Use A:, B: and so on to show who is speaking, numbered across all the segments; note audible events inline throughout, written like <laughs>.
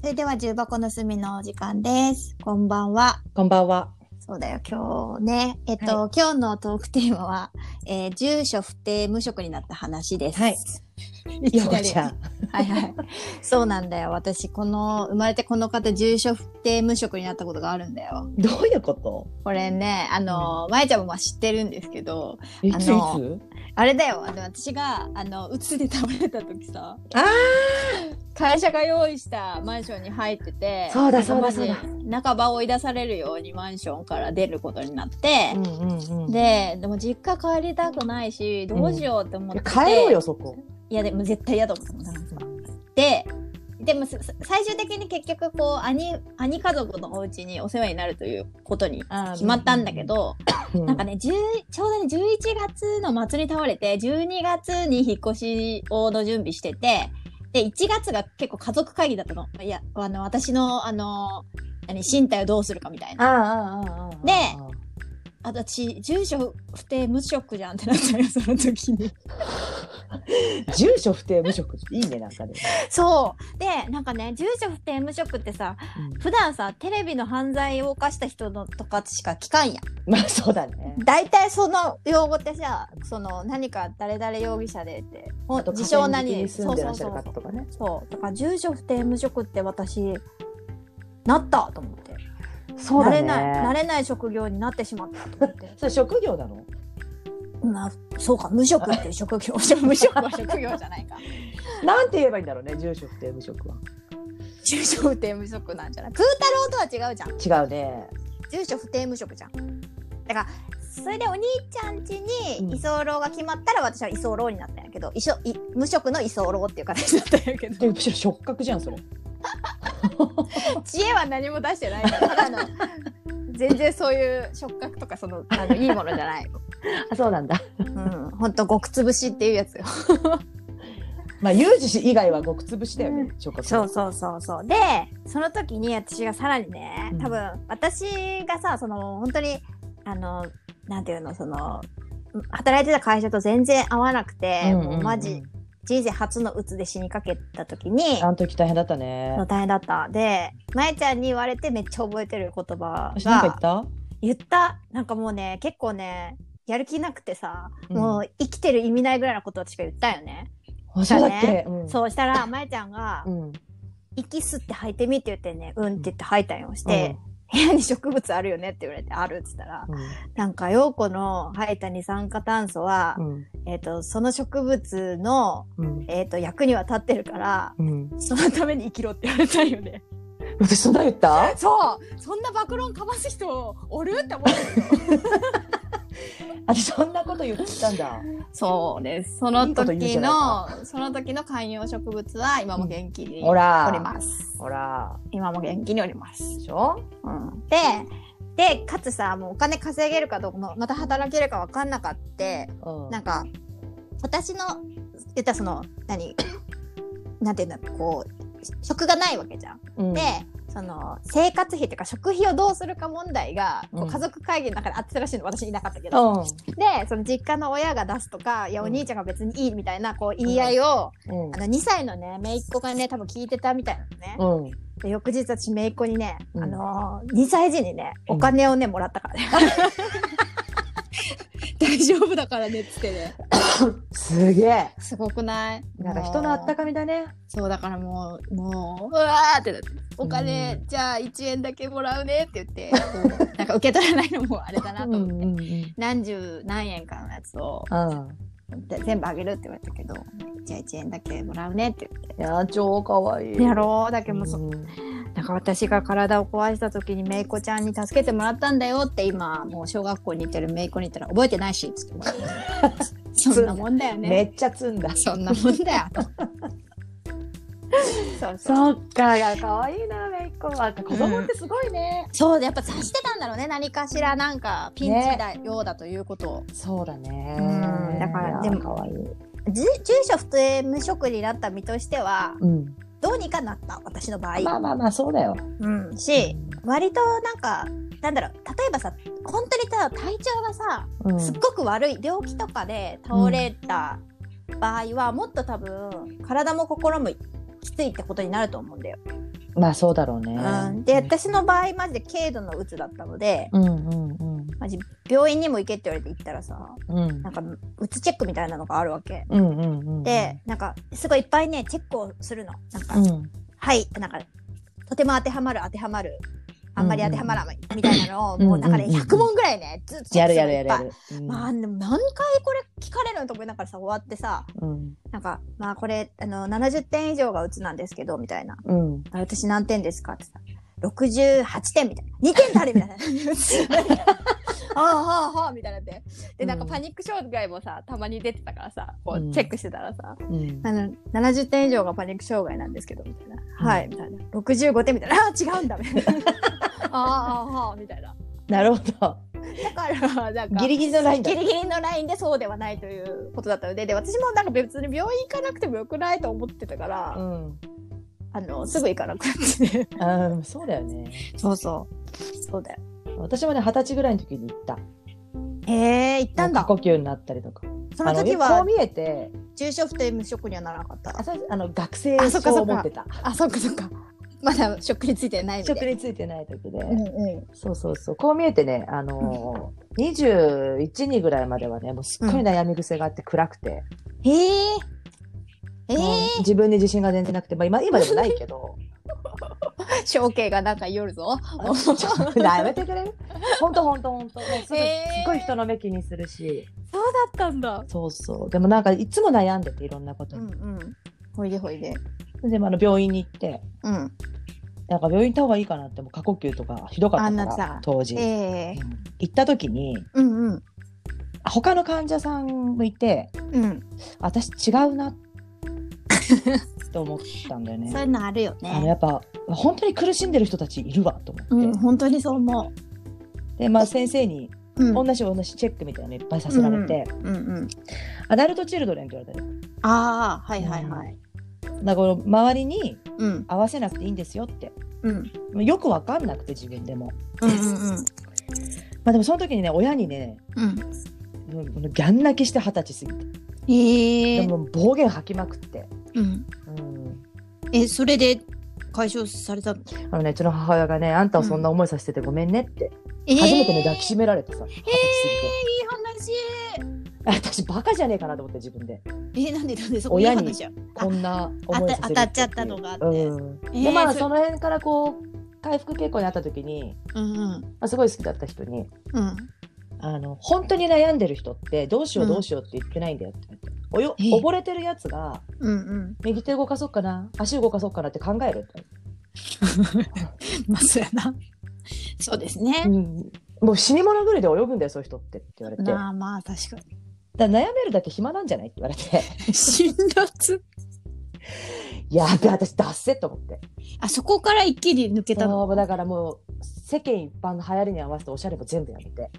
A: それでは重箱の隅のお時間です。こんばんは。
B: こんばんは。
A: そうだよ、今日ね。えっと、今日のトークテーマは、えー住所不定無職になった話です。
B: はい
A: き
B: よ
A: な
B: こ
A: り
B: ちゃん。
A: はいはい。そうなんだよ。私、この、生まれてこの方、住所不定無職になったことがあるんだよ。
B: どういうこと
A: これね、あの、まえちゃんもまあ知ってるんですけど、
B: い
A: あ
B: ついつ
A: のあれだよ、あの、私が、あの、うつで倒れた時さ、
B: あ
A: 会社が用意したマンションに入ってて、
B: そうだそうだ
A: マジ
B: そうだ
A: 半ば追い出されるようにマンションから出ることになって
B: ー、うんうんうん。
A: で、でも実家帰りたくないし、どうしようって思ってて、
B: 帰ろうよ、そこ。
A: いやでも絶対嫌だと思ってででもすす最終的に結局こう兄兄家族のお家にお世話になるということに決まったんだけど、なんか
B: ね、
A: ね10ちょうどね11月の末に倒れて12月に引っ越しをの準備しててで1月が結構家族会議だったのいやあの私のあの何身体をどうするかみたい
B: あ
A: な
B: あああああ。
A: であ私住所不定無職じゃんってなったよ <laughs> その時に。
B: 住所不定無職。いいね、なんかね。
A: そうでなんかね住所不定無職ってさ
B: うん
A: 普段さテレビの犯罪を犯した人のとかしか聞かんやん
B: <laughs> まあ、そうだね。
A: 大体その用語ってさその何か誰々容疑者でってほん
B: あと
A: 自称何
B: 河川敷に住んでら
A: そ
B: っ
A: う
B: しゃ
A: そ
B: る
A: う
B: 方とかね。
A: そうそうだから住所不定無職って私なったと思って、
B: そ
A: なれないな
B: れ
A: れない職業になってしまったと思
B: <laughs>
A: って
B: それ職業なの
A: まあそうか無職っていう職 <laughs> 業無職は職業じゃないか
B: なんて言えばいいんだろうね、住所不定無職は。
A: 住所不定無職なんじゃないプータローとは違うじゃん
B: 違うね。
A: 住所不定無職じゃん。だからそれでお兄ちゃん家に居候が決まったら私は居候になったんやけど、いしょい無職の居候っていう形だったんやけ
B: で
A: ど
B: むしろ触覚じゃん、それ。
A: <laughs> 知恵は何も出してない <laughs> からただの全然そういう触覚とかそのあのいいものじゃない、
B: あ、そうなんだ。
A: うん、ほんと極つぶしっていうやつよ
B: まあ、有事氏以外は極潰しだよね、触覚。
A: そうそうそうそうでその時に私がさらにね
B: うん
A: 多分私がさその本当にあのなんていうのその働いてた会社と全然合わなくて、
B: うん
A: もうマジ。人生初の鬱で死にかけた時に、
B: あの時大変だったね。
A: 大変だった。で、まえちゃんに言われてめっちゃ覚えてる言葉
B: 私なんか言
A: が
B: っ、た
A: 言った、なんかもうね、結構ね、やる気なくてさ、
B: うん
A: もう生きてる意味ないぐらいのこと私が言ったよね。
B: あそうだっけ、うん
A: そうした
B: <laughs>
A: ら、まえちゃんが
B: う、ん、
A: 息吸って吐いてみって言ってね、うんって言って吐いたりをして、部屋に植物あるよねって言われて、あるって言ったら、
B: う
A: なんか、陽子の吐いた二酸化炭素は、
B: んうん
A: えっ、と、その植物の、
B: うん
A: えっ、と、役には立ってるから、
B: うん、
A: そのために生きろって言われたよね。
B: <laughs> 私そんな言った
A: そう、そんな暴論かます人おるって思うよ。
B: 私そんなこと言ってたんだ
A: そうです。その
B: いいこと
A: 時
B: 言うじゃ
A: の
B: な
A: その時の観葉植物は今も元気に
B: ほ
A: おり
B: ら
A: ます。
B: ほら
A: 今も元気におります
B: で。しょ
A: うん、で。で、かつさ、もうお金稼げるかどうかも、また働けるか分かんなかって、
B: うん
A: なんか、私の、言ったらその、何、 <coughs> なんていうんだろう、こう、職がないわけじゃん。
B: うん
A: で、その生活費というか食費をどうするか問題が、こう
B: うん
A: 家族会議の中であってたらしいの私いなかったけ
B: う
A: ど、
B: ん
A: でその実家の親が出すとかいや
B: う
A: お
B: ん
A: 兄ちゃんが別にいいみたいなこう言い合いを、
B: うん
A: あの2歳のね姪っ子がね多分聞いてたみたいなのね、
B: うん
A: で翌日私姪っ子にね、
B: うん
A: あのー、2歳児にね
B: うん
A: お金をねもらったから
B: <laughs>
A: ね。 <laughs> 大丈夫だからねっつってね
B: すげえ
A: すごくない
B: なんか人のあったかみだね
A: そうだからもうもううわーってなってお金、
B: う
A: じゃあ1円だけもらうねって言ってこ
B: <laughs>
A: うなんか受け取らないのもあれだなと思って、
B: うんうん
A: 何十何円かのやつを
B: うん
A: で全部あげるって言われたけどじゃあ1円だけもらうねって言っ
B: いや超かわいい
A: てやろうだけどもそ、
B: うん
A: だから私が体を壊した時にめいこちゃんに助けてもらったんだよって今もう小学校に行ってるめいこに言ったら覚えてないしっつってそんなもんだよ
B: め
A: ね
B: っちゃ積んだ
A: そんなもんだよとそうそう
B: そっかかわいいなめいっ子なんか子供ってすごいね、
A: そうやっぱ察してたんだろうね何かしらなんかピンチだ、ようだということを
B: そうだね
A: うんだから
B: いや
A: でも
B: かわいい
A: じ住所不定無職になった身としては
B: うん
A: どうにかなった私の場合、
B: まあまあまあそうだよ
A: うん、し割となんかなんだろう例えばさ本当にただ体調がさ
B: うん
A: すっごく悪い病気とかで倒れた場合は、もっと多分体も心もきついってことになると思うんだよ。
B: まあそうだろうね。
A: うん、で私の場合マジで軽度のうつだったので
B: うんうんうん
A: マジ病院にも行けって言われて行ったらさ
B: うん
A: なんかうつチェックみたいなのがあるわけ
B: うんうんうん。
A: で、なんかすごいいっぱいねチェックをするのなんか、
B: うん
A: はいなんかとても当てはまる当てはまるあんまり当てはまらないみたいなのを、
B: うん
A: もうなんかね
B: うんうんうん
A: 100問ぐらいねずっとチェック
B: やる
A: す
B: や
A: の
B: る
A: い
B: やる
A: っ
B: や
A: ぱい
B: る。うん
A: まあ、でも何回これ聞かれるのと思いながらさ終わってさ
B: うん
A: なんかまあこれあの70点以上がうつなんですけどみたいな
B: うん。
A: あ私何点ですかってさ、68点みたいな。2点足りみたいな。 <laughs> ああ、はあ、はあ、みたいになって。で、なんか
B: うん
A: パニック障害もさ、たまに出てたからさ、こ
B: うん
A: う、チェックしてたらさ、
B: うん
A: あの、70点以上がパニック障害なんですけど、みたいな。
B: うん
A: はい、みたいな。65点みたいな。 <laughs> ああ、違うんだ、みたいな。ああ、はあ、はあ、みたいな。
B: なるほど。
A: だから、なんか。
B: ギリギリのラインだ
A: ギ。リギリのラインでそうではないということだったのでで私もなんか別に病院行かなくてもよくないと思ってたから、
B: うん。
A: あのすぐ行かなくなってね
B: あーそうだよね。
A: そうそう。そうだよ。
B: 私もね二十歳ぐらいの時に行った。
A: へえ、行ったん
B: 過
A: だ。
B: 呼吸になったりとか。
A: その時
B: あのこ
A: は
B: う見えて、
A: 重症不定無職にはならなかった
B: あ。そうあの学生
A: あそっかそっ
B: 証を
A: か
B: 持ってた。
A: あ、そっかそっか。まだ職についてないので。
B: 職についてない時で。
A: うんうん。
B: そうそうそう。こう見えてね、あのー、21、2ぐらいまではね、もうすっごい悩み癖があって暗くて、
A: へえ。え
B: も
A: え、
B: う自分に自信が全然なくて、まあ今、今でもない
A: <laughs>
B: けど、
A: 象形がなんか夜ぞ。 <laughs>
B: あちょっとやめてくれる本当本当本当。もうすぐすっ
A: へー
B: ごい人の目気にするし、
A: そうだったんだ。
B: そうそう。でもなんかいつも悩んでて、いろんなこと
A: うん。
B: に
A: うん。ほいでほいで。
B: でもあの病院に行って、
A: うん。
B: なんか病院行った方がいいかなって、もう過呼吸とかひどかっ
A: あ
B: た
A: なっ
B: か
A: てた
B: ら、当時。
A: ええ
B: う。ん行った時に、
A: うんうん。
B: あ他の患者さんもいて、
A: うん。
B: 私違うなと思ったんだよ
A: <laughs>
B: ね。
A: そういうのあるよ
B: あの
A: ね
B: や。っぱ本当に苦しんでる人たちいるわと思って、
A: うん、本当にそう思
B: でまあ先生
A: う。
B: に
A: うん。
B: 同じ同じチェックみたいなのいっぱいさせられて、
A: うんうん。
B: アダルトチルドレンって言われたよ
A: ああ、はいはいはい。
B: だから周りに
A: うん
B: 合わせなくていいんですよって
A: うん。うん
B: よくわかんなくて自分でも
A: うんうん。
B: まあでもその時にね親にね
A: うん。
B: もうギャン泣きして二十歳過ぎて
A: ええ
B: で。も暴言吐きまくって、
A: うん。
B: うん、
A: えそれで解消されたの
B: あのねうちの母親がねあんたをそんな思いさせててごめんねって、
A: え
B: 初めてね
A: ー
B: 抱きしめられてさ二十
A: い
B: 歳
A: い
B: 過ぎて私バカじゃねえかなと思って自分で
A: 話えー、なんでなんでそこいい
B: 親に
A: 話じゃん
B: こんな思いさせる
A: あた当たっちゃったのがあって
B: うん
A: えー
B: でまあ
A: そ
B: その辺からこう回復傾向にあった時に、
A: うんうん
B: まあ、すごい好きだった人に
A: うん
B: あの本当に悩んでる人ってどうしよう
A: うん
B: どうしようって言ってないんだよって言って、およ
A: えー
B: 溺れてるやつが
A: うんうん <laughs>
B: 右手動かそうかな足動かそうかなって考えるって、
A: まあそうやなそうですね
B: う、ん、もう死に物狂いで泳ぐんだよそういう人ってって言われてだか
A: まあまあ確から
B: 悩めるだけ暇なんじゃないって言われて <laughs>
A: に辛辣
B: やべ私脱せと思って
A: あそこから一気に抜けた
B: そう
A: の
B: だからもう世間一般の流行りに合わせておしゃれも全部やめて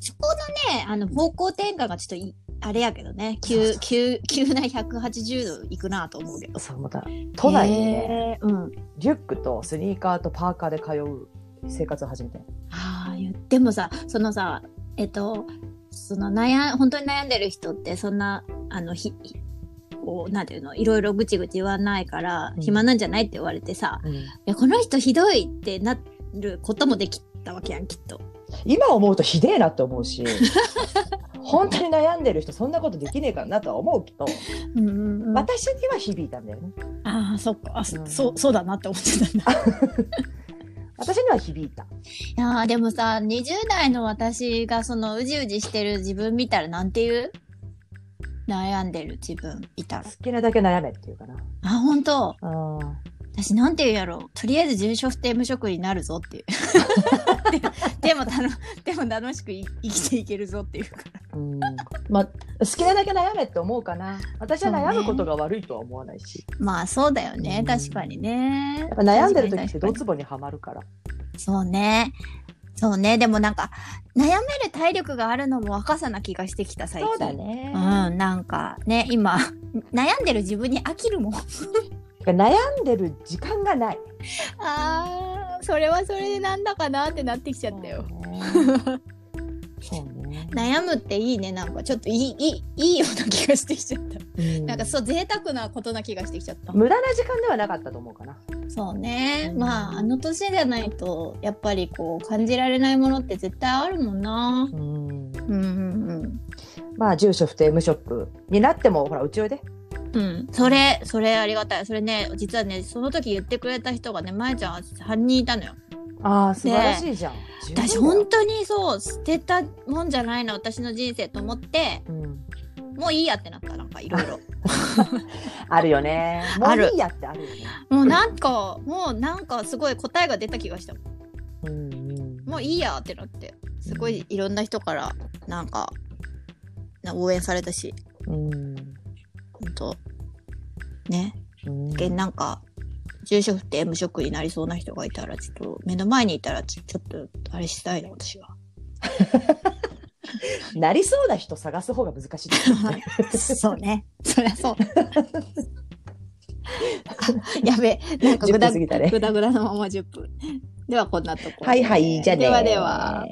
A: そこのねあの方向転換がちょっといあれやけどね
B: そう
A: 急
B: そう
A: 急急な180度いくなと思うけど
B: そうまた都内にね、
A: へーうん
B: リュックとスニーカーとパーカーで通う生活を始めて
A: ああ言ってもさそのさえっとその悩ん本当に悩んでる人ってそんなあのひひこうなんていうのいろいろぐちぐち言わないから、
B: うん
A: 暇なんじゃないって言われてさ
B: うん
A: いやこの人ひどいってなることもできたわけやんきっと。
B: 今思うとひでえなって思う
A: <laughs>
B: し本当に悩んでる人そんなことできねえかなとは思うけど
A: うんうんうん
B: 私には響いたんだよね
A: ああそっかあ、
B: うん
A: そうそうだなって思ってたんだ。
B: 私には響いた
A: いやーでもさ20代の私がそのうじうじしてる自分見たらなんて言う悩んでる自分いたら。
B: 好きなだけ悩めっていうかな
A: あ本当
B: あ
A: 私なんて言うやろうとりあえず重症不定無職になるぞ <laughs> っていうででもたのでも楽しくい生きていけるぞっていうか
B: うんまあ好きなだけ悩めって思うかな私は悩むことが悪いとは思わないし、
A: まあそうだよね、
B: うん
A: 確かにね
B: やっぱ悩んでる時っ
A: 確
B: て
A: か
B: ド
A: に
B: ツボにはまるから
A: そうねそうねでもなんか悩める体力があるのも若さな気がしてきた最近
B: ね
A: うんなんかね今悩んでる自分に飽きるもん
B: 悩んでる時間がない
A: あーそれはそれでなんだかなってなってきちゃったよ、
B: そうね。そうねね。
A: 悩むっていいねなんかちょっといいいいいいような気がしてきちゃった、
B: う
A: <laughs>
B: ん
A: なんかそう贅沢なことな気がしてきちゃった、
B: 無駄な時間ではなかったと思うかな。
A: そうね
B: うん
A: まああの年じゃないとやっぱりこう感じられないものって絶対あるもんな
B: うん
A: うんうん
B: まあ住所不定無職になってもほらうちおいで。
A: うんうんそれそれありがたいそれね実はねその時言ってくれた人がねまえちゃん3人いたのよ
B: ああ素晴らしいじゃん。
A: 私
B: 十分
A: 本当にそう捨てたもんじゃないな私の人生と思って
B: だようん
A: もういいやってなったなんかいろい <laughs> ろ
B: あるよね。も
A: あ
B: う
A: る
B: いいやってあるよね。
A: もうなんかもうなんかすごい答えが出た気がした
B: うんうん
A: もういいやってなってすごいいろんな人からなんかな応援されたし
B: うん
A: ほんとね
B: うん
A: でなんか住所不定無職になりそうな人がいたらちょっと目の前にいたらちょちょっとあれしたいな私は <laughs>
B: なりそうな人探す方が難しいです <laughs>
A: そ
B: よね。
A: うねそりゃそう <laughs> やべなんかぐだ
B: 10分過ぎたね
A: ぐだぐだのまま10分ではこんなところで
B: はいはいじゃあね。
A: ではでは。